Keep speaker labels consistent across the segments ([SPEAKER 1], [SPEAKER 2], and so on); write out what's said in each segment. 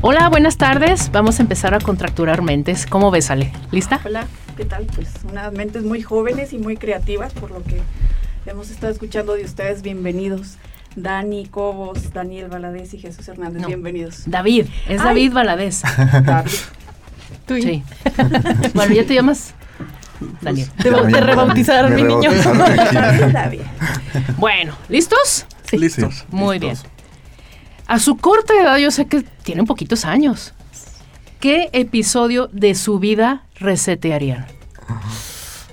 [SPEAKER 1] Hola, buenas tardes. Vamos a empezar a contracturar mentes. ¿Cómo ves, Ale? ¿Lista?
[SPEAKER 2] Hola, ¿qué tal? Pues unas mentes muy jóvenes y muy creativas, por lo que hemos estado escuchando de ustedes. Bienvenidos. Dani Cobos, Daniel Valadez y Jesús Hernández,
[SPEAKER 1] No.
[SPEAKER 2] bienvenidos.
[SPEAKER 1] David, es
[SPEAKER 2] Ay.
[SPEAKER 1] David Valadez.
[SPEAKER 2] David,
[SPEAKER 1] Sí. bueno, ¿ya te llamas? Daniel.
[SPEAKER 3] Te, va- te rebautizaron, mi niño.
[SPEAKER 2] David.
[SPEAKER 1] Bueno, ¿listos?
[SPEAKER 3] Listos.
[SPEAKER 1] Muy bien. A su corta edad, yo sé que tienen poquitos años. ¿Qué episodio de su vida resetearían?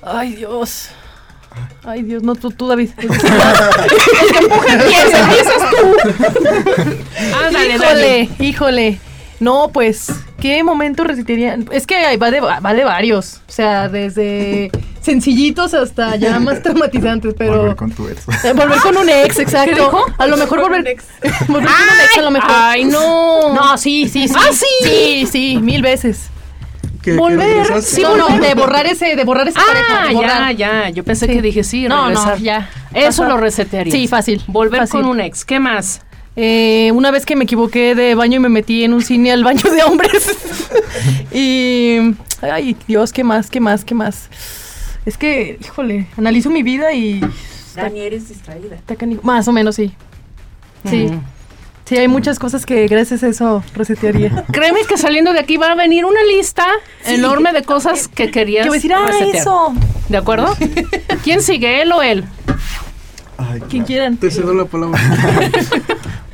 [SPEAKER 3] Ay, Dios. Ay, Dios, no, tú, tú, David.
[SPEAKER 1] ¡Empiezas, empiezas tú! Ándale,
[SPEAKER 3] híjole, híjole. No, pues, ¿qué momento recitarían? Es que ahí va de, va de varios. O sea, desde sencillitos hasta ya más traumatizantes, pero.
[SPEAKER 4] Volver con tu ex.
[SPEAKER 3] Eh, volver con un ex, exacto.
[SPEAKER 1] dijo?
[SPEAKER 3] A lo mejor
[SPEAKER 2] Con
[SPEAKER 3] volver.
[SPEAKER 2] un ex.
[SPEAKER 3] volver con un ex, a lo mejor.
[SPEAKER 1] Ay, no.
[SPEAKER 3] No, sí, sí, sí.
[SPEAKER 1] Ah, sí.
[SPEAKER 3] Sí, sí, mil veces.
[SPEAKER 5] que- que
[SPEAKER 3] Volver.
[SPEAKER 5] regresas-
[SPEAKER 3] Sí, no, no, de borrar ese, de borrar esa pareja.
[SPEAKER 1] Ah,
[SPEAKER 3] de
[SPEAKER 1] ya,
[SPEAKER 3] borrar.
[SPEAKER 1] ya. Yo pensé
[SPEAKER 3] Sí.
[SPEAKER 1] que dije sí.
[SPEAKER 3] No, no,
[SPEAKER 1] regresar.
[SPEAKER 3] ya.
[SPEAKER 1] Eso
[SPEAKER 3] Pasar.
[SPEAKER 1] lo resetearía.
[SPEAKER 3] Sí, fácil.
[SPEAKER 1] Volver
[SPEAKER 3] fácil.
[SPEAKER 1] con un ex. ¿Qué más?
[SPEAKER 3] Eh, una vez que me equivoqué de baño y me metí en un cine al baño de hombres. y. Ay, Dios, ¿qué más? ¿Qué más? ¿Qué más? Es que, híjole, analizo mi vida y.
[SPEAKER 2] Dani, eres distraída.
[SPEAKER 3] está canijo. Más o menos, sí. Sí.
[SPEAKER 1] Ujú.
[SPEAKER 3] Sí, hay muchas cosas que gracias a eso resetearía.
[SPEAKER 1] Créeme que saliendo de aquí va a venir una lista enorme de cosas que
[SPEAKER 3] Que
[SPEAKER 1] querías
[SPEAKER 3] voy a decir, ah,
[SPEAKER 1] resetear.
[SPEAKER 3] eso.
[SPEAKER 1] ¿De acuerdo? ¿Quién sigue, él o él?
[SPEAKER 4] Ay,
[SPEAKER 3] Quien
[SPEAKER 4] claro.
[SPEAKER 3] quieran.
[SPEAKER 5] Te cedo la palabra.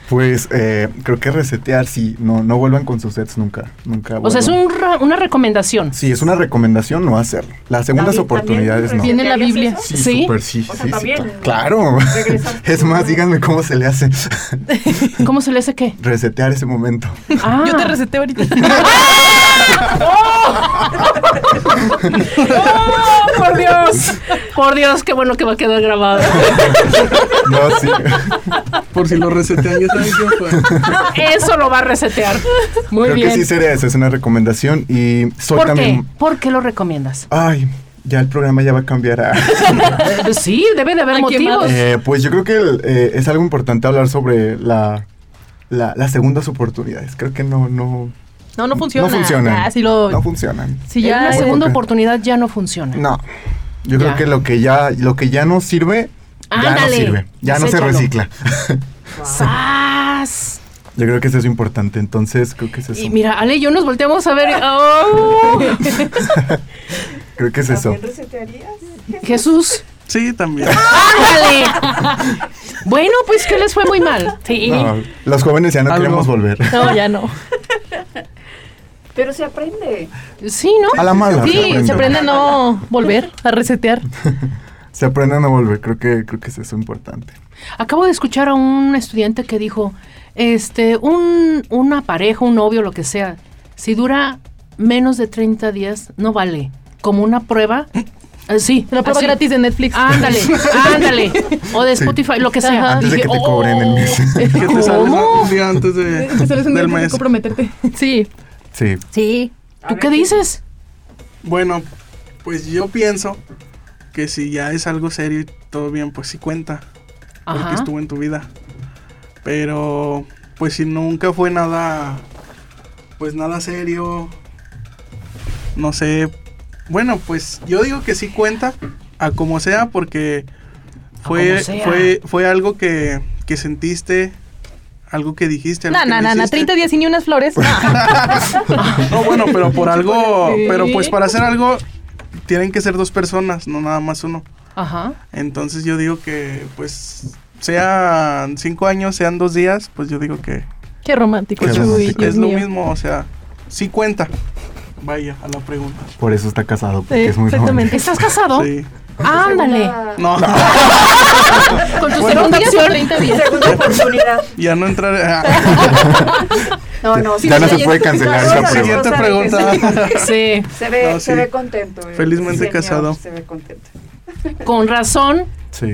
[SPEAKER 4] Pues eh, creo que resetear, sí. No, no vuelvan con sus sets nunca. Nunca
[SPEAKER 1] O sea, es
[SPEAKER 4] vuelvan.
[SPEAKER 1] un ra- una recomendación.
[SPEAKER 4] Sí, es una recomendación no hacerlo. Las segundas
[SPEAKER 2] David,
[SPEAKER 4] oportunidades
[SPEAKER 2] ¿también
[SPEAKER 4] no.
[SPEAKER 3] Viene en la
[SPEAKER 2] resetearías
[SPEAKER 3] Biblia.
[SPEAKER 2] eso?
[SPEAKER 4] Sí,
[SPEAKER 1] ¿Sí?
[SPEAKER 4] súper, sí,
[SPEAKER 2] sea,
[SPEAKER 4] sí, sí,
[SPEAKER 2] también.
[SPEAKER 4] ta- claro.
[SPEAKER 2] Regresar.
[SPEAKER 4] Es más, díganme cómo se le hace
[SPEAKER 1] ¿Cómo se le hace qué?
[SPEAKER 4] resetear ese momento.
[SPEAKER 1] Ah,
[SPEAKER 3] Yo te reseté ahorita.
[SPEAKER 1] ¡Oh, por Dios! Por Dios, qué bueno que va a quedar grabado.
[SPEAKER 4] No, sí.
[SPEAKER 5] Por si lo resetean, ya saben quién fue.
[SPEAKER 1] Eso lo va a resetear. Muy
[SPEAKER 4] creo
[SPEAKER 1] bien.
[SPEAKER 4] que sí sería eso. Es una recomendación y soy
[SPEAKER 1] ¿Por qué?
[SPEAKER 4] también.
[SPEAKER 1] ¿Por qué lo recomiendas?
[SPEAKER 4] Ay, ya el programa ya va a cambiar a.
[SPEAKER 1] Eh, Sí, debe de haber
[SPEAKER 3] ¿A qué
[SPEAKER 1] motivos.
[SPEAKER 3] más?
[SPEAKER 4] Eh, pues yo creo que el, eh, es algo importante hablar sobre la, la- las segundas oportunidades. Creo que no, no,
[SPEAKER 3] No, no funciona.
[SPEAKER 4] No funcionan.
[SPEAKER 3] Ya, si lo.
[SPEAKER 4] No funcionan.
[SPEAKER 3] si
[SPEAKER 1] ya
[SPEAKER 3] ya.
[SPEAKER 1] una
[SPEAKER 4] Muy
[SPEAKER 1] segunda
[SPEAKER 4] poca.
[SPEAKER 1] oportunidad ya no funciona.
[SPEAKER 4] No.
[SPEAKER 1] Ya.
[SPEAKER 4] Yo creo que lo que ya, lo que ya no sirve, ya no
[SPEAKER 1] Ándale,
[SPEAKER 4] sirve. Ya no se
[SPEAKER 1] deséchalo.
[SPEAKER 4] recicla.
[SPEAKER 1] ¡Sas!
[SPEAKER 4] yo creo que eso es importante. Entonces, creo que es eso.
[SPEAKER 1] Y mira, Ale y yo nos volteamos a ver. y- ¡Oh!
[SPEAKER 4] Creo que es eso.
[SPEAKER 2] ¿También resetearías?
[SPEAKER 1] Jesús.
[SPEAKER 5] Sí, también.
[SPEAKER 1] ¡Ándale! Bueno, pues que les fue muy mal. Sí.
[SPEAKER 4] No, los jóvenes ya no
[SPEAKER 5] Algo.
[SPEAKER 4] queremos volver.
[SPEAKER 3] No, ya no.
[SPEAKER 2] Pero se aprende.
[SPEAKER 1] Sí, ¿no?
[SPEAKER 4] A la mala.
[SPEAKER 3] Sí, se aprende a no volver a resetear.
[SPEAKER 4] Se aprende a no volver. Creo que, creo que es eso importante.
[SPEAKER 1] Acabo de escuchar a un estudiante que dijo, este, un, una pareja, un novio, lo que sea, si dura menos de 30 días, no vale. Como una prueba, así.
[SPEAKER 3] La prueba
[SPEAKER 1] así.
[SPEAKER 3] gratis de Netflix.
[SPEAKER 1] Ándale, ándale. O de
[SPEAKER 4] Sí.
[SPEAKER 1] Spotify, lo que sea.
[SPEAKER 3] Ajá.
[SPEAKER 4] Antes de
[SPEAKER 1] Dije,
[SPEAKER 4] que te cobren el
[SPEAKER 1] "Oh".
[SPEAKER 4] mes.
[SPEAKER 5] Que te sales
[SPEAKER 1] ¿Cómo?
[SPEAKER 5] un día antes de,
[SPEAKER 3] Te sales un
[SPEAKER 5] del
[SPEAKER 3] día antes de
[SPEAKER 5] mes.
[SPEAKER 3] comprometerte. Sí.
[SPEAKER 4] Sí.
[SPEAKER 3] Sí.
[SPEAKER 1] ¿Tú qué dices?
[SPEAKER 5] Bueno, pues yo pienso que si ya es algo serio y todo bien, pues sí cuenta. Porque
[SPEAKER 1] Ajá.
[SPEAKER 5] estuvo en tu vida. Pero, pues si nunca fue nada, pues nada serio, no sé. Bueno, pues yo digo que sí cuenta, a como sea, porque
[SPEAKER 1] A
[SPEAKER 5] fue,
[SPEAKER 1] como sea.
[SPEAKER 5] fue, fue algo que, que sentiste, algo que dijiste. algo
[SPEAKER 3] No,
[SPEAKER 5] que
[SPEAKER 3] no, no, no,
[SPEAKER 5] hiciste.
[SPEAKER 3] 30 días y ni unas flores. No.
[SPEAKER 5] No, bueno, pero por algo,
[SPEAKER 3] Sí.
[SPEAKER 5] pero pues para hacer algo tienen que ser dos personas, no nada más uno.
[SPEAKER 1] Ajá.
[SPEAKER 5] Entonces yo digo que, pues, sean cinco años, sean dos días, pues yo digo que pues,
[SPEAKER 3] Qué romántico.
[SPEAKER 4] Qué
[SPEAKER 3] Uy,
[SPEAKER 4] romántico.
[SPEAKER 3] Dios
[SPEAKER 5] es lo
[SPEAKER 3] mío.
[SPEAKER 5] mismo, o sea, sí cuenta. Vaya, a la pregunta.
[SPEAKER 4] Por eso está casado. Porque
[SPEAKER 3] Sí,
[SPEAKER 4] es muy
[SPEAKER 3] exactamente.
[SPEAKER 1] ¿Estás casado?
[SPEAKER 5] Sí.
[SPEAKER 1] Ándale.
[SPEAKER 5] No,
[SPEAKER 3] Con tu
[SPEAKER 1] Bueno,
[SPEAKER 3] segunda
[SPEAKER 1] días o
[SPEAKER 3] opción. 30 días.
[SPEAKER 2] Segunda oportunidad.
[SPEAKER 5] ya no entraré.
[SPEAKER 2] No, no,
[SPEAKER 4] Ya no se puede cancelar esa
[SPEAKER 2] Vamos a
[SPEAKER 4] prueba.
[SPEAKER 5] Siguiente
[SPEAKER 2] dejar de
[SPEAKER 5] pregunta.
[SPEAKER 1] Sí,
[SPEAKER 2] Se ve,
[SPEAKER 5] No,
[SPEAKER 2] se
[SPEAKER 5] sí.
[SPEAKER 2] ve contento. eh.
[SPEAKER 5] Felizmente
[SPEAKER 2] Señor,
[SPEAKER 5] casado.
[SPEAKER 2] Se ve contento.
[SPEAKER 1] con razón
[SPEAKER 4] Sí,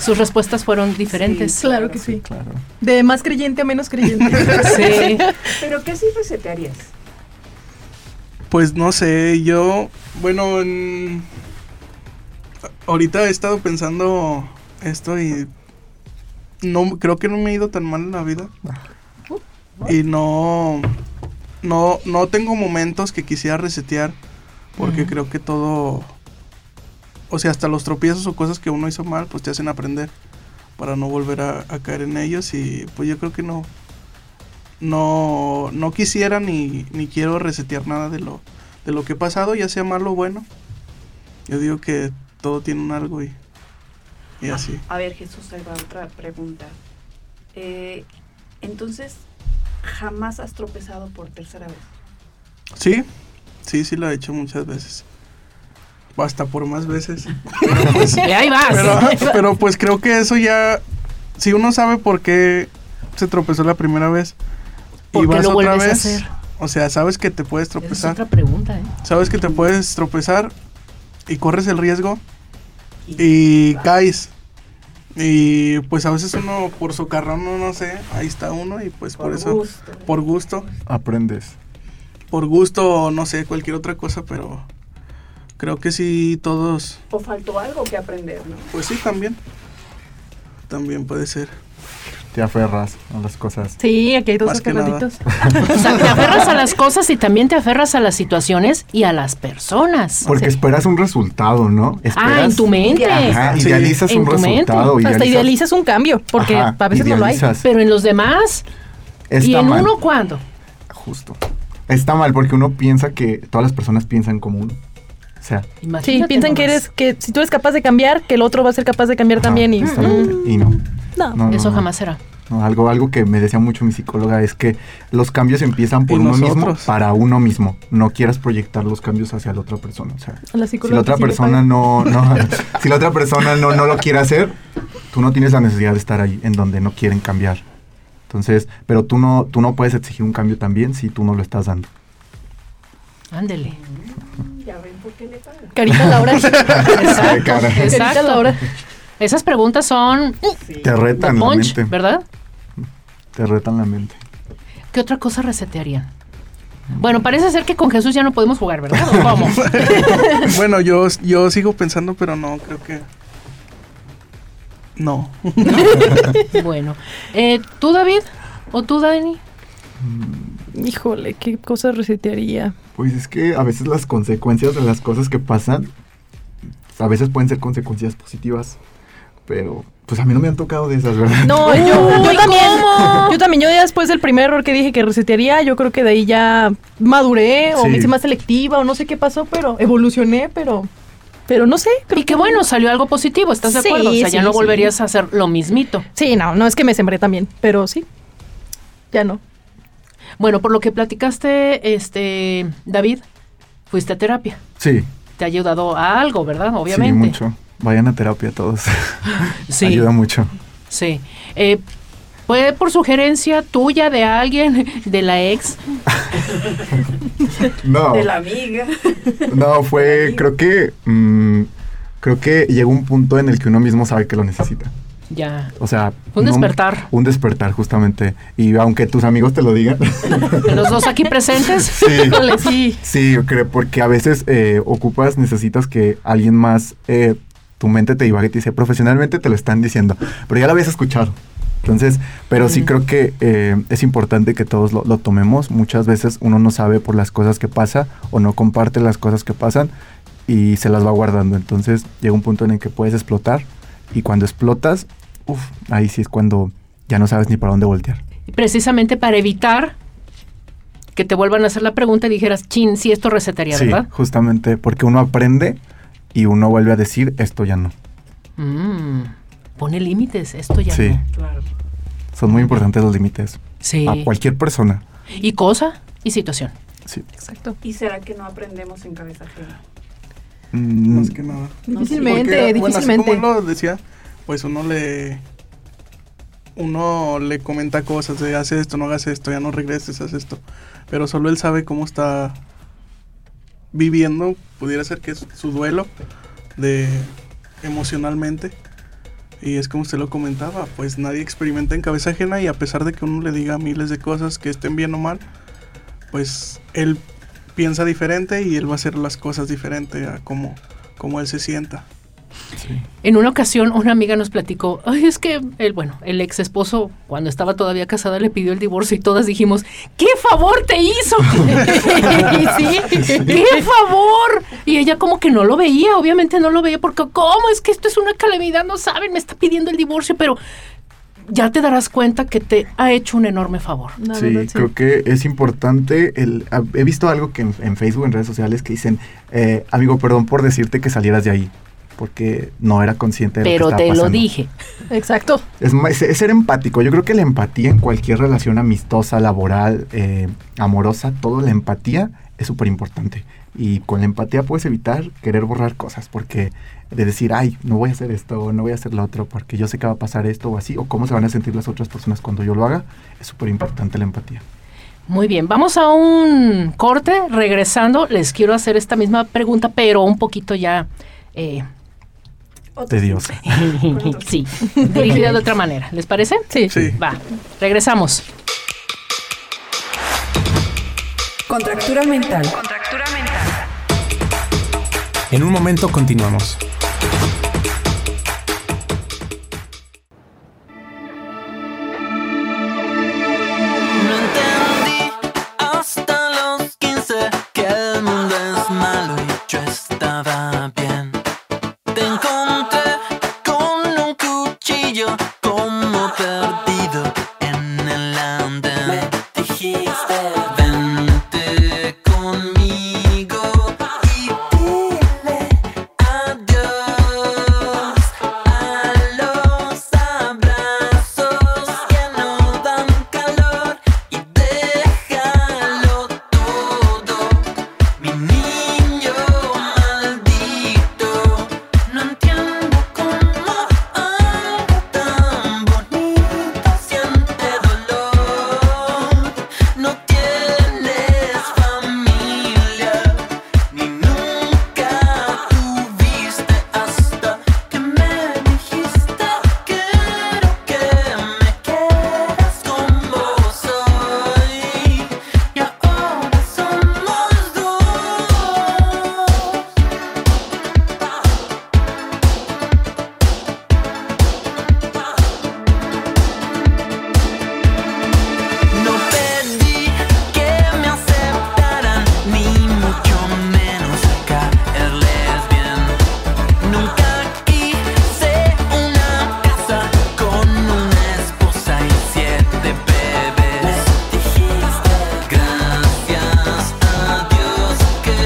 [SPEAKER 1] sus respuestas fueron diferentes.
[SPEAKER 2] Sí.
[SPEAKER 3] Claro que sí.
[SPEAKER 4] claro.
[SPEAKER 3] De más creyente a menos creyente.
[SPEAKER 1] Sí.
[SPEAKER 2] Pero ¿qué cifras se te harías?
[SPEAKER 5] Pues no sé, yo, bueno, en- ahorita he estado pensando esto y no creo que no me ha ido tan mal en la vida. Y no no no tengo momentos que quisiera resetear porque
[SPEAKER 1] Ujú.
[SPEAKER 5] creo que todo o sea, hasta los tropiezos o cosas que uno hizo mal, pues te hacen aprender para no volver a, a caer en ellos y pues yo creo que no no no quisiera ni ni quiero resetear nada de lo de lo que he pasado, ya sea malo o bueno. Yo digo que todo tiene un algo y, y así.
[SPEAKER 2] A ver, Jesús, ahí va otra pregunta. Eh, entonces, jamás has tropezado por tercera vez.
[SPEAKER 5] Sí, sí, sí lo he hecho muchas veces. Hasta por más veces.
[SPEAKER 1] Y ahí vas.
[SPEAKER 5] Pero, pero pues creo que eso ya. Si uno sabe por qué se tropezó la primera vez y
[SPEAKER 1] ¿Por qué
[SPEAKER 5] vas
[SPEAKER 1] lo
[SPEAKER 5] otra
[SPEAKER 1] vuelves a
[SPEAKER 5] vez.
[SPEAKER 1] hacer?
[SPEAKER 5] O sea, sabes que te puedes
[SPEAKER 1] Esa es otra
[SPEAKER 5] tropezar.
[SPEAKER 1] pregunta, ¿eh?
[SPEAKER 5] Sabes que te puedes tropezar y corres el riesgo y caes. Y pues a veces uno por socarrón, uno no sé, ahí está uno y pues por, eso,
[SPEAKER 2] gusto.
[SPEAKER 5] por gusto,
[SPEAKER 4] Aprendes.
[SPEAKER 5] por gusto o no sé, cualquier otra cosa, pero creo que sí todos,
[SPEAKER 2] O faltó algo que aprender, ¿no?
[SPEAKER 5] pues sí también, también puede ser.
[SPEAKER 4] Te aferras a las cosas.
[SPEAKER 3] Sí, aquí hay dos
[SPEAKER 5] Más que
[SPEAKER 3] aferraditos.
[SPEAKER 1] O sea, te aferras a las cosas y también te aferras a las situaciones y a las personas.
[SPEAKER 4] Porque
[SPEAKER 1] Sí.
[SPEAKER 4] esperas un resultado, ¿no? Esperas,
[SPEAKER 1] Ah, en tu mente.
[SPEAKER 4] Ajá,
[SPEAKER 5] Sí.
[SPEAKER 4] idealizas
[SPEAKER 1] En
[SPEAKER 4] un
[SPEAKER 1] tu
[SPEAKER 4] resultado.
[SPEAKER 3] Hasta idealizas un cambio, porque
[SPEAKER 4] Oh, Ajá,
[SPEAKER 3] a veces no lo hay.
[SPEAKER 4] idealizas.
[SPEAKER 1] Pero en los demás,
[SPEAKER 4] Está
[SPEAKER 1] ¿y en
[SPEAKER 4] mal.
[SPEAKER 1] uno cuándo?
[SPEAKER 4] Justo. Está mal porque uno piensa que todas las personas piensan como uno. O sea,
[SPEAKER 1] Imagínate
[SPEAKER 3] Sí, piensan que
[SPEAKER 1] nomás.
[SPEAKER 3] eres, que si tú eres capaz de cambiar, que el otro va a ser capaz de cambiar
[SPEAKER 4] ajá,
[SPEAKER 3] también. Y,
[SPEAKER 4] justamente,
[SPEAKER 3] Mm,
[SPEAKER 4] y no.
[SPEAKER 3] no.
[SPEAKER 4] No, no,
[SPEAKER 1] Eso
[SPEAKER 4] no.
[SPEAKER 1] jamás será.
[SPEAKER 4] No, algo, algo que me decía mucho mi psicóloga es que los cambios empiezan por
[SPEAKER 5] Y
[SPEAKER 4] uno mismo,
[SPEAKER 5] nosotros.
[SPEAKER 4] para uno mismo. No quieras proyectar los cambios hacia la otra persona. O sea,
[SPEAKER 3] A la
[SPEAKER 4] si la
[SPEAKER 3] psicóloga
[SPEAKER 4] otra
[SPEAKER 3] sí le
[SPEAKER 4] persona
[SPEAKER 3] pagan.
[SPEAKER 4] no, no si la otra persona no, no lo quiere hacer, tú no tienes la necesidad de estar ahí en donde no quieren cambiar. Entonces, pero tú no, tú no puedes exigir un cambio también si tú no lo estás dando.
[SPEAKER 1] Ándele.
[SPEAKER 2] Ya ven por qué le pagan.
[SPEAKER 3] Carita Laura.
[SPEAKER 4] Ay, cara.
[SPEAKER 3] Carita Laura.
[SPEAKER 1] Exacto. Esas preguntas son
[SPEAKER 2] Sí.
[SPEAKER 4] Te
[SPEAKER 1] de
[SPEAKER 4] retan la
[SPEAKER 1] punch,
[SPEAKER 4] mente.
[SPEAKER 1] ¿verdad?
[SPEAKER 4] Te retan la mente.
[SPEAKER 1] ¿Qué otra cosa resetearían? Bueno, parece ser que con Jesús ya no podemos jugar, ¿verdad? ¿O ¿Cómo?
[SPEAKER 5] Bueno, yo, yo sigo pensando, pero no, creo que... No.
[SPEAKER 1] Bueno, eh, ¿tú David o tú Dani?
[SPEAKER 3] Híjole, qué cosa resetearía.
[SPEAKER 4] Pues es que a veces las consecuencias de las cosas que pasan, a veces pueden ser consecuencias positivas, pero pues a mí no me han tocado de esas, ¿verdad?
[SPEAKER 3] No,
[SPEAKER 1] eh,
[SPEAKER 3] yo, yo también. Yo también, yo ya después del primer error que dije que resetearía, yo creo que de ahí ya maduré o
[SPEAKER 4] Sí.
[SPEAKER 3] me hice más selectiva o no sé qué pasó, pero evolucioné, pero pero no sé. creo
[SPEAKER 1] Y que bueno, salió algo positivo, ¿estás de
[SPEAKER 3] Sí,
[SPEAKER 1] acuerdo? O sea, ya
[SPEAKER 3] sí,
[SPEAKER 1] no
[SPEAKER 3] sí.
[SPEAKER 1] volverías a hacer lo mismito.
[SPEAKER 3] Sí, no, no es que me sembré también, pero sí. Ya no.
[SPEAKER 1] Bueno, por lo que platicaste, este, David, fuiste a terapia.
[SPEAKER 4] Sí,
[SPEAKER 1] Te ha ayudado a algo, ¿verdad? Obviamente.
[SPEAKER 4] sí, mucho. Vayan a terapia todos.
[SPEAKER 1] Sí,
[SPEAKER 4] Ayuda mucho.
[SPEAKER 1] sí. Eh, ¿Fue por sugerencia tuya de alguien, de la ex?
[SPEAKER 4] No,
[SPEAKER 2] De la amiga.
[SPEAKER 4] no, fue, creo que, mm, creo que llegó un punto en el que uno mismo sabe que lo necesita.
[SPEAKER 1] Ya.
[SPEAKER 4] O sea,
[SPEAKER 1] Fue un
[SPEAKER 4] no-
[SPEAKER 1] despertar.
[SPEAKER 4] Un despertar, justamente. Y aunque tus amigos te lo digan,
[SPEAKER 1] De los dos aquí presentes.
[SPEAKER 4] sí.
[SPEAKER 3] Híjole, sí.
[SPEAKER 4] Sí, yo creo, porque a veces eh, ocupas, necesitas que alguien más, eh, tu mente te divague y te dice, profesionalmente te lo están diciendo, pero ya lo habías escuchado. Entonces, pero sí
[SPEAKER 1] Ujú.
[SPEAKER 4] creo que eh, es importante que todos lo, lo tomemos. Muchas veces uno no sabe por las cosas que pasa o no comparte las cosas que pasan y se las va guardando. Entonces llega un punto en el que puedes explotar y cuando explotas, uff, ahí sí es cuando ya no sabes ni para dónde voltear.
[SPEAKER 1] Precisamente para evitar que te vuelvan a hacer la pregunta y dijeras, chin, sí, esto recetaría,
[SPEAKER 4] Sí,
[SPEAKER 1] ¿verdad?
[SPEAKER 4] justamente porque uno aprende y uno vuelve a decir, esto ya no.
[SPEAKER 1] Mm, pone límites, esto ya
[SPEAKER 4] Sí.
[SPEAKER 1] no.
[SPEAKER 2] Claro.
[SPEAKER 4] Son muy importantes los límites.
[SPEAKER 1] Sí.
[SPEAKER 4] A cualquier persona.
[SPEAKER 1] Y cosa y situación.
[SPEAKER 4] Sí.
[SPEAKER 3] Exacto.
[SPEAKER 2] ¿Y será que no aprendemos en cabeza ajena?
[SPEAKER 4] Mm,
[SPEAKER 5] Más que nada.
[SPEAKER 2] No, sí,
[SPEAKER 3] Difícilmente,
[SPEAKER 5] Porque, bueno, así
[SPEAKER 3] difícilmente.
[SPEAKER 5] como él lo decía, pues uno le... uno le comenta cosas de haz esto, no hagas esto, ya no regreses, haz esto. Pero solo él sabe cómo está viviendo, pudiera ser que es su duelo de emocionalmente. Y es como usted lo comentaba, pues nadie experimenta en cabeza ajena y a pesar de que uno le diga miles de cosas que estén bien o mal, pues él piensa diferente y él va a hacer las cosas diferente a como, como él se sienta.
[SPEAKER 4] Sí.
[SPEAKER 1] En una ocasión una amiga nos platicó, ay, es que el, bueno, el ex esposo cuando estaba todavía casada le pidió el divorcio y todas dijimos, ¿qué favor te hizo? Y sí, ¿qué favor? Y ella como que no lo veía, obviamente no lo veía porque, ¿cómo? Es que esto es una calamidad, no saben, me está pidiendo el divorcio, pero ya te darás cuenta que te ha hecho un enorme favor.
[SPEAKER 3] La
[SPEAKER 4] Sí,
[SPEAKER 3] verdad,
[SPEAKER 4] creo que es importante. El, a- he visto algo que en, en Facebook, en redes sociales, que dicen, eh, amigo, perdón por decirte que salieras de ahí, porque no era consciente de
[SPEAKER 1] Pero
[SPEAKER 4] lo que estaba
[SPEAKER 1] te lo
[SPEAKER 4] pasando".
[SPEAKER 1] dije.
[SPEAKER 3] Exacto.
[SPEAKER 4] Es, ma- es- es ser empático. Yo creo que la empatía en cualquier relación amistosa, laboral, eh, amorosa, todo la empatía es súper importante. Y con la empatía puedes evitar querer borrar cosas, porque de decir, ay, no voy a hacer esto, o no voy a hacer lo otro, porque yo sé que va a pasar esto o así, o cómo se van a sentir las otras personas cuando yo lo haga, es súper importante la empatía.
[SPEAKER 1] Muy bien, vamos a un corte. Regresando, les quiero hacer esta misma pregunta, pero un poquito ya, eh,
[SPEAKER 2] Otro-
[SPEAKER 4] Tediosa.
[SPEAKER 1] sí, dirigida de otra manera. ¿Les parece?
[SPEAKER 3] Sí.
[SPEAKER 5] Sí.
[SPEAKER 1] Va, regresamos.
[SPEAKER 6] Contractura mental.
[SPEAKER 7] En un momento continuamos.
[SPEAKER 8] No entendí hasta los 15 que el mundo es malo y yo estaba bien. Te encontré con un cuchillo como perdido en el andén. Me dijiste, vente conmigo y dile adiós a los abrazos que no dan calor y déjalo todo. Mi niño maldito, no entiendo cómo algo tan bonito siente dolor. No tienes familia, ni nunca tuviste hasta que me dijiste quiero que me quedas como soy. Y ahora somos dos. No pedí que me aceptaran, ni mucho menos caerles bien. Nunca quise una casa con una esposa y siete bebés. Dijiste gracias a Dios que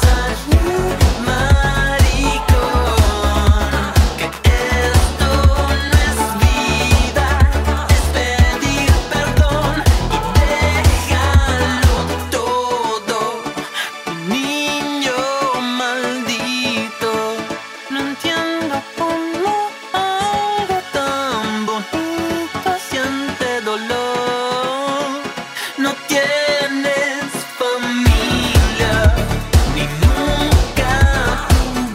[SPEAKER 8] salí maricón, que esto no es vida, es pedir perdón y déjalo todo. Niño maldito, no entiendo cómo algo tan bonito siente dolor. No tienes familia, ni nunca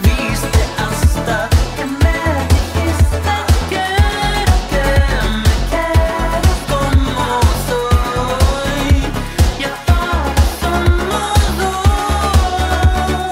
[SPEAKER 8] tuviste hasta que me dijiste quiero que me quedes como soy y ahora somos dos. Oh, oh, oh, oh.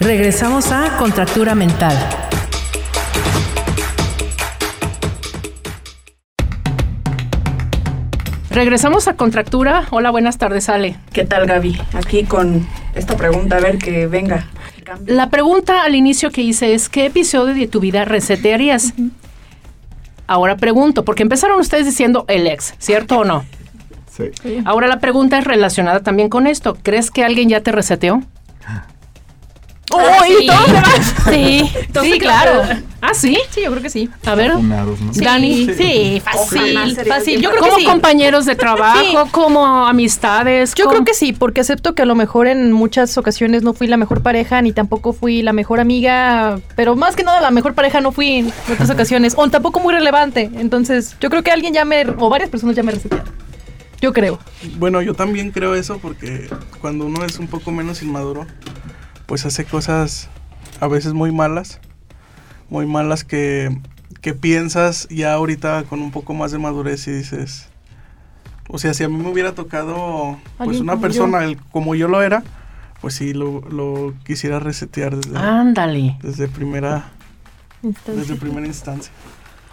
[SPEAKER 6] Regresamos a Contractura Mental.
[SPEAKER 1] Regresamos a Contractura. Hola, buenas tardes, Ale.
[SPEAKER 2] ¿Qué tal, Gaby? Aquí con esta pregunta, a ver que venga. Cambio.
[SPEAKER 1] La pregunta al inicio que hice es, ¿qué episodio de tu vida resetearías? Ahora pregunto, porque empezaron ustedes diciendo el ex, ¿cierto o no?
[SPEAKER 4] Sí.
[SPEAKER 1] Ahora la pregunta es relacionada también con esto. ¿Crees que alguien ya te reseteó?
[SPEAKER 3] ¡Oh, y
[SPEAKER 9] Ah. sí.
[SPEAKER 3] todo se va!
[SPEAKER 9] Sí,
[SPEAKER 1] sí, claro. ¿Ah, sí?
[SPEAKER 3] Sí, yo creo que sí.
[SPEAKER 1] A ver,
[SPEAKER 4] Funados, ¿no?
[SPEAKER 1] Dani.
[SPEAKER 9] Sí, sí, fácil,
[SPEAKER 2] sería
[SPEAKER 9] fácil.
[SPEAKER 2] el
[SPEAKER 9] Yo creo
[SPEAKER 1] como
[SPEAKER 9] que sí.
[SPEAKER 1] compañeros de trabajo,
[SPEAKER 9] Sí.
[SPEAKER 1] como amistades.
[SPEAKER 3] Yo
[SPEAKER 1] como-
[SPEAKER 3] creo que sí, porque acepto que a lo mejor en muchas ocasiones no fui la mejor pareja, ni tampoco fui la mejor amiga, pero más que nada la mejor pareja no fui en otras ocasiones, o tampoco muy relevante. Entonces, yo creo que alguien ya me, o varias personas ya me resetearon. Yo creo.
[SPEAKER 5] Bueno, yo también creo eso porque cuando uno es un poco menos inmaduro, pues hace cosas a veces muy malas, muy malas que, que piensas ya ahorita con un poco más de madurez y dices, o sea, si a mí me hubiera tocado pues
[SPEAKER 3] Alguien
[SPEAKER 5] una
[SPEAKER 3] como
[SPEAKER 5] persona el- como yo lo era, pues sí, lo, lo quisiera resetear desde,
[SPEAKER 3] Ah.
[SPEAKER 1] Ándale.
[SPEAKER 5] desde, primera,
[SPEAKER 3] Pues
[SPEAKER 5] desde primera instancia.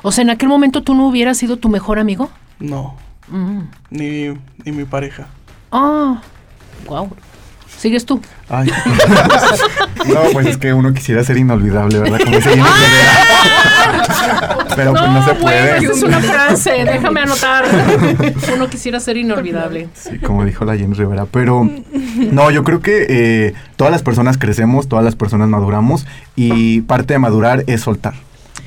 [SPEAKER 1] O sea, en aquel momento tú no hubieras sido tu mejor amigo.
[SPEAKER 5] No,
[SPEAKER 1] Mm.
[SPEAKER 5] ni, ni mi pareja.
[SPEAKER 1] Ah, wow. Sigues tú.
[SPEAKER 4] Ay. no, pues es que uno quisiera ser inolvidable, ¿verdad? Como ese Jenny Rivera. Pero pues no se puede.
[SPEAKER 1] Ah. esa es una frase. Déjame anotar. Uno quisiera ser inolvidable.
[SPEAKER 4] Sí, como dijo la Jenny Rivera. Pero no, yo creo que eh, todas las personas crecemos, todas las personas maduramos y parte de madurar es soltar.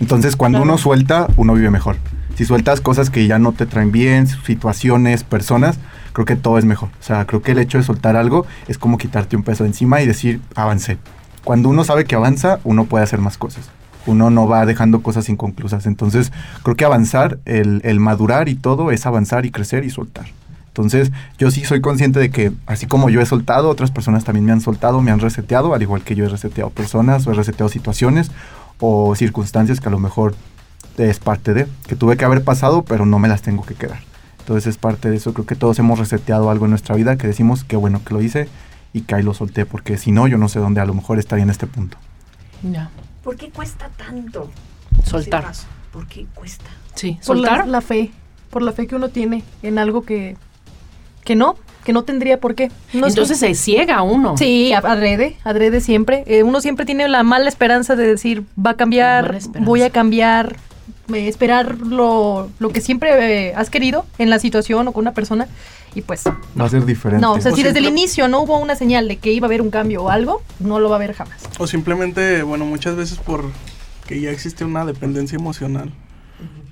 [SPEAKER 4] Entonces, cuando uno suelta, uno vive mejor. Si sueltas cosas que ya no te traen bien, situaciones, personas, creo que todo es mejor. O sea, creo que el hecho de soltar algo es como quitarte un peso de encima y decir, avancé. Cuando uno sabe que avanza, uno puede hacer más cosas. Uno no va dejando cosas inconclusas. Entonces, creo que avanzar, el, el madurar y todo, es avanzar y crecer y soltar. Entonces, yo sí soy consciente de que, así como yo he soltado, otras personas también me han soltado, me han reseteado, al igual que yo he reseteado personas o he reseteado situaciones o circunstancias que a lo mejor es parte de, que tuve que haber pasado, pero no me las tengo que quedar. Entonces, es parte de eso. Creo que todos hemos reseteado algo en nuestra vida que decimos, qué bueno que lo hice y que ahí lo solté, porque si no, yo no sé dónde a lo mejor estaría en este punto.
[SPEAKER 1] Ya.
[SPEAKER 2] ¿Por qué cuesta tanto?
[SPEAKER 1] Soltar.
[SPEAKER 2] Sí, ¿Por qué cuesta?
[SPEAKER 1] Sí,
[SPEAKER 3] Por la,
[SPEAKER 1] soltar.
[SPEAKER 3] la fe, por la fe que uno tiene en algo que, que no, que no tendría por qué. No es-
[SPEAKER 1] Entonces se ciega uno.
[SPEAKER 3] Sí, a- adrede, adrede siempre. Eh, uno siempre tiene la mala esperanza de decir, va a
[SPEAKER 1] La mala
[SPEAKER 3] cambiar,
[SPEAKER 1] esperanza.
[SPEAKER 3] voy a cambiar, eh, esperar lo, lo que siempre eh, has querido en la situación o con una persona. Y pues,
[SPEAKER 4] Va a ser diferente.
[SPEAKER 3] no, o sea,
[SPEAKER 5] O
[SPEAKER 3] si desde el
[SPEAKER 5] simple-
[SPEAKER 3] inicio no hubo una señal de que iba a haber un cambio o algo, no lo va a haber jamás.
[SPEAKER 5] O simplemente, bueno, muchas veces por que ya existe una dependencia emocional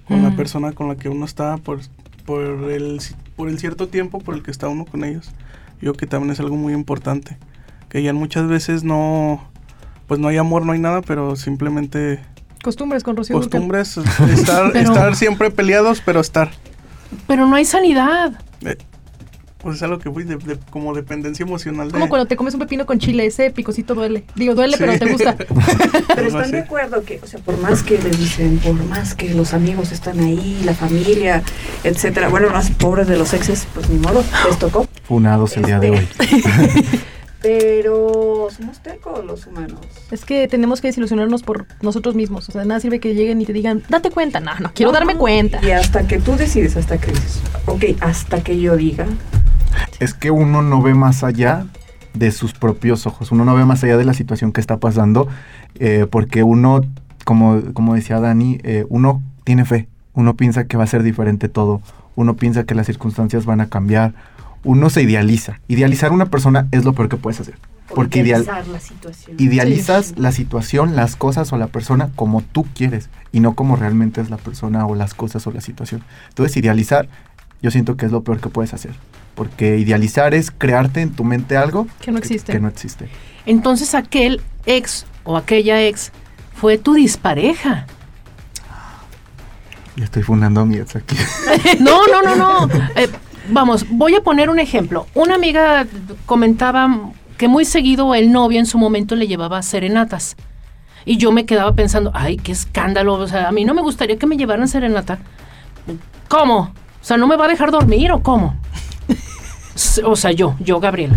[SPEAKER 5] con la
[SPEAKER 1] Mm.
[SPEAKER 5] persona con la que uno está por, por, el, ci- por el cierto tiempo por el que está uno con ellos. Yo creo que también es algo muy importante. Que ya muchas veces no, pues no hay amor, no hay nada, pero simplemente
[SPEAKER 3] Costumbres con Rocío. Dúrcal.
[SPEAKER 5] costumbres, estar,
[SPEAKER 1] Pero-
[SPEAKER 5] estar siempre peleados, pero estar.
[SPEAKER 1] Pero no hay sanidad.
[SPEAKER 5] Eh, pues es algo que fui de- de- como dependencia emocional. de-
[SPEAKER 3] Como cuando te comes un pepino con chile, ese picocito duele. Digo, duele,
[SPEAKER 5] Sí.
[SPEAKER 3] pero te gusta.
[SPEAKER 2] Pero
[SPEAKER 5] Algo
[SPEAKER 2] están de
[SPEAKER 5] así.
[SPEAKER 2] acuerdo que, o sea, por más que le dicen, por más que los amigos están ahí, la familia, etcétera, bueno, los pobres de los exes, pues ni modo, les tocó. Este,
[SPEAKER 4] Funados Pues el día de hoy.
[SPEAKER 2] Pero somos tecos los humanos.
[SPEAKER 3] Es que tenemos que desilusionarnos por nosotros mismos. O sea, nada sirve que lleguen y te digan, date cuenta. No, no, quiero darme cuenta.
[SPEAKER 2] Y hasta que tú decides, hasta que dices, ok, hasta que yo diga.
[SPEAKER 4] es que uno no ve más allá de sus propios ojos, uno no ve más allá de la situación que está pasando, eh, porque uno, como, como decía Dani, eh, uno tiene fe, uno piensa que va a ser diferente todo, uno piensa que las circunstancias van a cambiar, uno se idealiza. Idealizar a una persona es lo peor que puedes hacer, porque ideal,
[SPEAKER 2] idealizar la situación.
[SPEAKER 4] idealizas
[SPEAKER 2] Sí.
[SPEAKER 4] la situación, las cosas o la persona como tú quieres y no como realmente es la persona o las cosas o la situación. Entonces idealizar yo siento que es lo peor que puedes hacer, porque idealizar es crearte en tu mente algo
[SPEAKER 3] Que no
[SPEAKER 4] que-
[SPEAKER 3] existe.
[SPEAKER 4] Que, no existe.
[SPEAKER 1] Entonces aquel ex o aquella ex fue tu dispareja.
[SPEAKER 4] Yo estoy fundando a mi ex aquí.
[SPEAKER 1] No, no, no, no. Eh, vamos, voy a poner un ejemplo. Una amiga comentaba que muy seguido el novio en su momento le llevaba serenatas. Y yo me quedaba pensando, ay, qué escándalo. O sea, a mí no me gustaría que me llevaran serenata. ¿Cómo? O sea, ¿no me va a dejar dormir o cómo? S- O sea, yo, yo, Gabriela.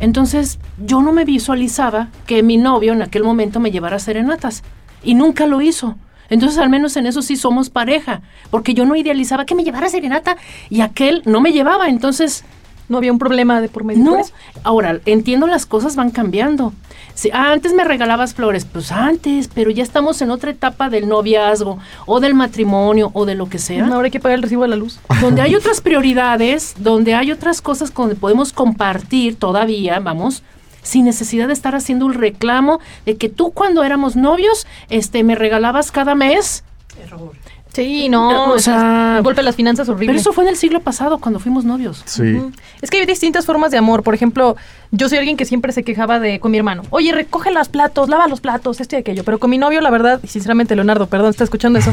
[SPEAKER 1] Entonces yo no me visualizaba que mi novio en aquel momento me llevara a serenatas y nunca lo hizo. Entonces al menos en eso sí somos pareja, porque yo no idealizaba que me llevara a serenata y aquel no me llevaba. Entonces
[SPEAKER 3] No había un problema de por medio.
[SPEAKER 1] no,
[SPEAKER 3] por eso.
[SPEAKER 1] ahora entiendo las cosas van cambiando. Si ah, antes me regalabas flores, pues antes, pero ya estamos en otra etapa del noviazgo o del matrimonio o de lo que sea
[SPEAKER 3] Ahora hay que pagar el recibo de la luz.
[SPEAKER 1] donde hay otras prioridades, donde hay otras cosas donde podemos compartir todavía, vamos, sin necesidad de estar haciendo un reclamo de que tú cuando éramos novios, este, me regalabas cada mes.
[SPEAKER 2] Error.
[SPEAKER 3] Sí,
[SPEAKER 1] no,
[SPEAKER 3] O
[SPEAKER 1] o sea,
[SPEAKER 3] sea, golpe a las finanzas horrible.
[SPEAKER 1] Pero eso fue en el siglo pasado cuando fuimos novios.
[SPEAKER 4] Sí.
[SPEAKER 3] Ujú. Es que hay distintas formas de amor. Por ejemplo, yo soy alguien que siempre se quejaba de con mi hermano. Oye, recoge los platos, lava los platos, esto y aquello. Pero con mi novio, la verdad, y sinceramente, Leonardo, perdón, está escuchando eso.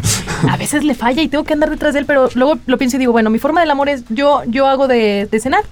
[SPEAKER 3] A veces le falla y tengo que andar detrás de él, pero luego lo pienso y digo, bueno, mi forma del amor es yo, yo hago de, de cenar.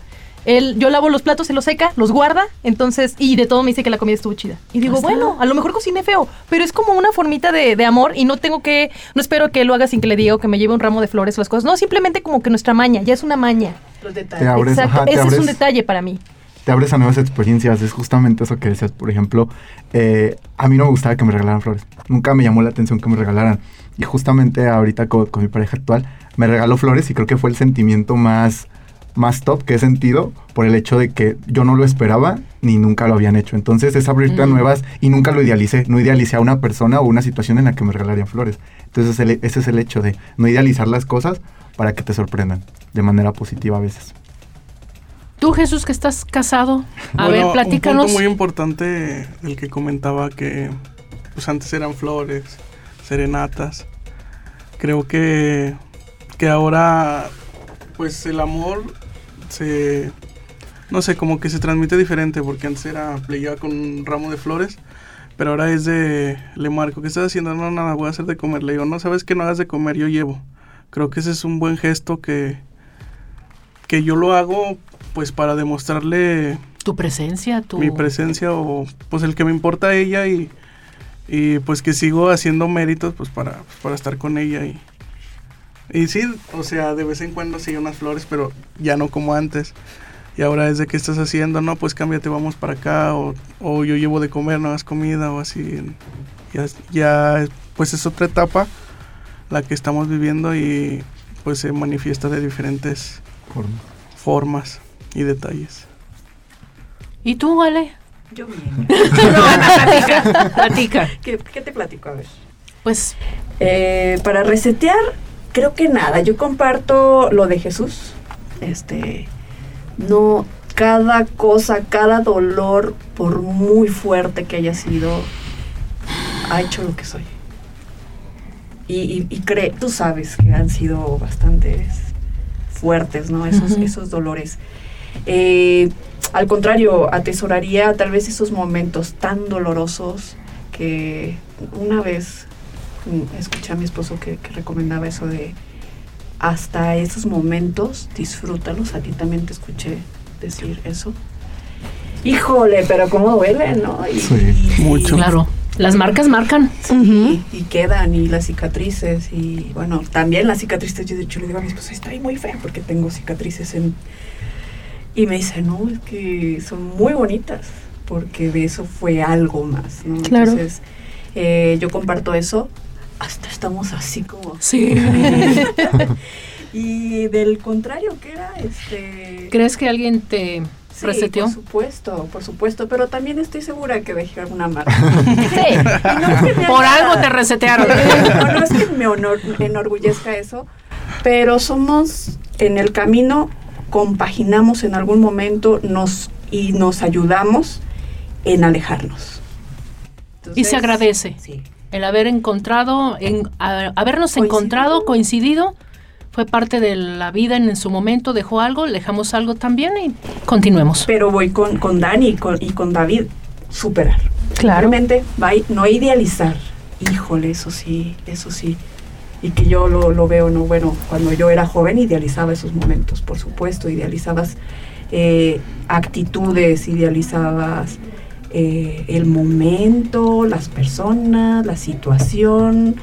[SPEAKER 3] Él, yo lavo los platos, se los seca, los guarda, entonces, y de todo me dice que la comida estuvo chida. Y digo, bueno, a lo mejor cociné feo, pero es como una formita de, de amor y no tengo que, no espero que él lo haga sin que le diga o que me lleve un ramo de flores o las cosas. No, simplemente como que nuestra maña, ya es una maña.
[SPEAKER 2] Los
[SPEAKER 4] Te
[SPEAKER 2] detalles.
[SPEAKER 4] abres,
[SPEAKER 3] Exacto,
[SPEAKER 4] ajá, te
[SPEAKER 3] ese
[SPEAKER 4] abres,
[SPEAKER 3] es un detalle para mí.
[SPEAKER 4] te abres a nuevas experiencias. Es justamente eso que decías. Por ejemplo, eh, a mí no me gustaba que me regalaran flores. Nunca me llamó la atención que me regalaran. Y justamente ahorita co- con, mi pareja actual me regaló flores y creo que fue el sentimiento más, más top que he sentido por el hecho de que yo no lo esperaba ni nunca lo habían hecho. Entonces es abrirte a
[SPEAKER 1] Mm.
[SPEAKER 4] nuevas y nunca lo idealicé. No idealicé a una persona o una situación en la que me regalarían flores. Entonces el- ese es el hecho de no idealizar las cosas para que te sorprendan de manera positiva a veces.
[SPEAKER 1] Tú, Jesús, que estás casado, a
[SPEAKER 5] Bueno,
[SPEAKER 1] ver, platícanos.
[SPEAKER 5] Un punto muy importante el que comentaba que pues antes eran flores, serenatas. Creo que, que ahora pues el amor se no sé, como que se transmite diferente porque antes era plegaba con un ramo de flores, pero ahora es de le marco, ¿qué estás haciendo? No, nada, voy a hacer de comer. Le digo, "No sabes que no hagas de comer, yo llevo." Creo que ese es un buen gesto que que yo lo hago pues para demostrarle
[SPEAKER 1] Tu presencia, tu...
[SPEAKER 5] mi presencia o pues el que me importa a ella y, y, pues que sigo haciendo méritos pues para, pues, para estar con ella y, y sí, o sea, de vez en cuando sí unas flores, pero ya no como antes. Y ahora es de qué estás haciendo, no, pues cámbiate, vamos para acá, o, o yo llevo de comer, no hagas comida, o así. Ya, ya, pues es otra etapa la que estamos viviendo y pues se manifiesta de diferentes
[SPEAKER 4] Forma.
[SPEAKER 5] formas y detalles.
[SPEAKER 1] ¿Y tú, Ale?
[SPEAKER 2] Yo bien.
[SPEAKER 1] platica, platica.
[SPEAKER 2] ¿Qué, ¿Qué te platico? A ver.
[SPEAKER 1] Pues,
[SPEAKER 2] Eh, para resetear, creo que nada. Yo comparto lo de Jesús. Este, no, cada cosa, cada dolor, por muy fuerte que haya sido, ha hecho lo que soy. Y, y- y cre- tú sabes que han sido bastantes fuertes, ¿no? Esos,
[SPEAKER 1] Ujú.
[SPEAKER 2] esos dolores. Eh, al contrario, atesoraría tal vez esos momentos tan dolorosos que una vez mm, escuché a mi esposo que, que recomendaba eso de hasta esos momentos, disfrútalos. A ti también te escuché decir eso. Híjole, pero cómo duele, ¿no? Y-
[SPEAKER 4] Sí,
[SPEAKER 2] y-
[SPEAKER 5] mucho.
[SPEAKER 1] claro, las marcas marcan.
[SPEAKER 2] Sí, y quedan, y las cicatrices, y bueno, también las cicatrices. Yo de hecho le digo a mi esposo, estoy muy fea porque tengo cicatrices en. Y me dice, no, es que son muy bonitas, porque de eso fue algo más, ¿no?
[SPEAKER 3] Claro.
[SPEAKER 2] Entonces, eh, yo comparto eso. Hasta estamos así como.
[SPEAKER 1] Sí.
[SPEAKER 2] y del contrario, ¿qué era? Este.
[SPEAKER 1] ¿Crees que alguien te
[SPEAKER 2] Sí,
[SPEAKER 1] reseteó?
[SPEAKER 2] por supuesto, por supuesto, pero también estoy segura que dejé alguna marca.
[SPEAKER 3] Sí.
[SPEAKER 2] Y no es que me
[SPEAKER 1] Por
[SPEAKER 2] haga-
[SPEAKER 1] algo te resetearon.
[SPEAKER 2] no, no es que me honor- enorgullezca eso, pero somos en el camino, compaginamos en algún momento nos y nos ayudamos en alejarnos.
[SPEAKER 1] Y se
[SPEAKER 2] Entonces,
[SPEAKER 1] agradece.
[SPEAKER 2] Sí.
[SPEAKER 1] El haber encontrado, en, a- habernos
[SPEAKER 2] Coincidido.
[SPEAKER 1] encontrado, coincidido, fue parte de la vida en, su momento, dejó algo, le dejamos algo también y continuemos.
[SPEAKER 2] Pero voy con, con Dani y con, y con David, superar. Realmente, vai- no idealizar. Híjole, eso sí, eso sí. Y que yo lo, lo veo, ¿no? Bueno, cuando yo era joven idealizaba esos momentos, por supuesto, idealizabas eh, actitudes, idealizabas eh, el momento, las personas, la situación.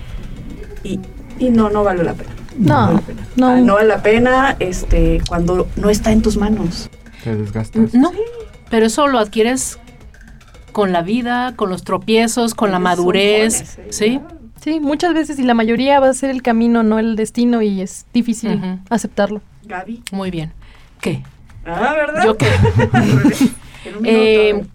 [SPEAKER 2] Y, y no, no vale la pena.
[SPEAKER 3] No,
[SPEAKER 2] vale la pena.
[SPEAKER 3] no.
[SPEAKER 2] Ah, No vale la pena este, cuando no está en tus manos.
[SPEAKER 4] te desgastas.
[SPEAKER 1] No, Pero eso lo adquieres con la vida, con los tropiezos, con la
[SPEAKER 2] Son
[SPEAKER 1] madurez,
[SPEAKER 2] goles,
[SPEAKER 1] ¿sí?
[SPEAKER 3] Sí, muchas veces y la mayoría va a ser el camino, no el destino y es difícil
[SPEAKER 1] Ujú.
[SPEAKER 3] aceptarlo.
[SPEAKER 2] Gaby.
[SPEAKER 1] Muy bien. ¿Qué?
[SPEAKER 2] Ah, ¿verdad?
[SPEAKER 1] ¿Yo qué?
[SPEAKER 2] En un
[SPEAKER 1] Eh,
[SPEAKER 2] minuto.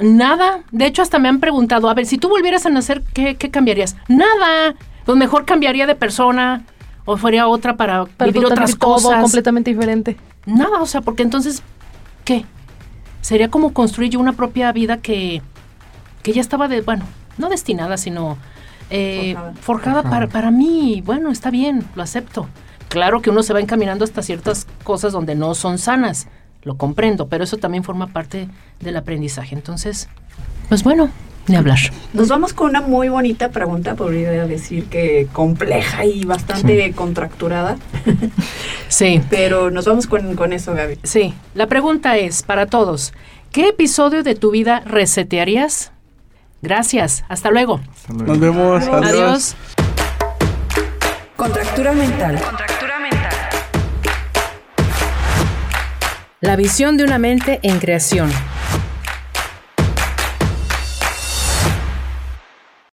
[SPEAKER 1] nada. De hecho, hasta me han preguntado, a ver, si tú volvieras a nacer, ¿qué, qué cambiarías? Nada. Pues mejor cambiaría de persona o fuera otra para,
[SPEAKER 3] Para
[SPEAKER 1] vivir
[SPEAKER 3] total-
[SPEAKER 1] otras
[SPEAKER 3] todo
[SPEAKER 1] cosas.
[SPEAKER 3] completamente diferente.
[SPEAKER 1] Nada, o sea, porque entonces, ¿qué? Sería como construir yo una propia vida que, que ya estaba, de, bueno, no destinada, sino eh, forjada,
[SPEAKER 2] Forjada.
[SPEAKER 1] Para, para mí. Bueno, está bien, lo acepto. Claro que uno se va encaminando hasta ciertas cosas donde no son sanas, lo comprendo, pero eso también forma parte del aprendizaje. Entonces, pues bueno, ni hablar.
[SPEAKER 2] Nos vamos con una muy bonita pregunta, podría decir que compleja y bastante contracturada,
[SPEAKER 1] Sí.
[SPEAKER 2] pero nos vamos con, con eso, Gaby.
[SPEAKER 1] Sí, la pregunta es para todos. ¿Qué episodio de tu vida resetearías? Gracias, hasta luego.
[SPEAKER 4] Hasta luego.
[SPEAKER 5] Nos vemos.
[SPEAKER 1] Adiós.
[SPEAKER 6] Contractura mental. La visión de una mente en creación.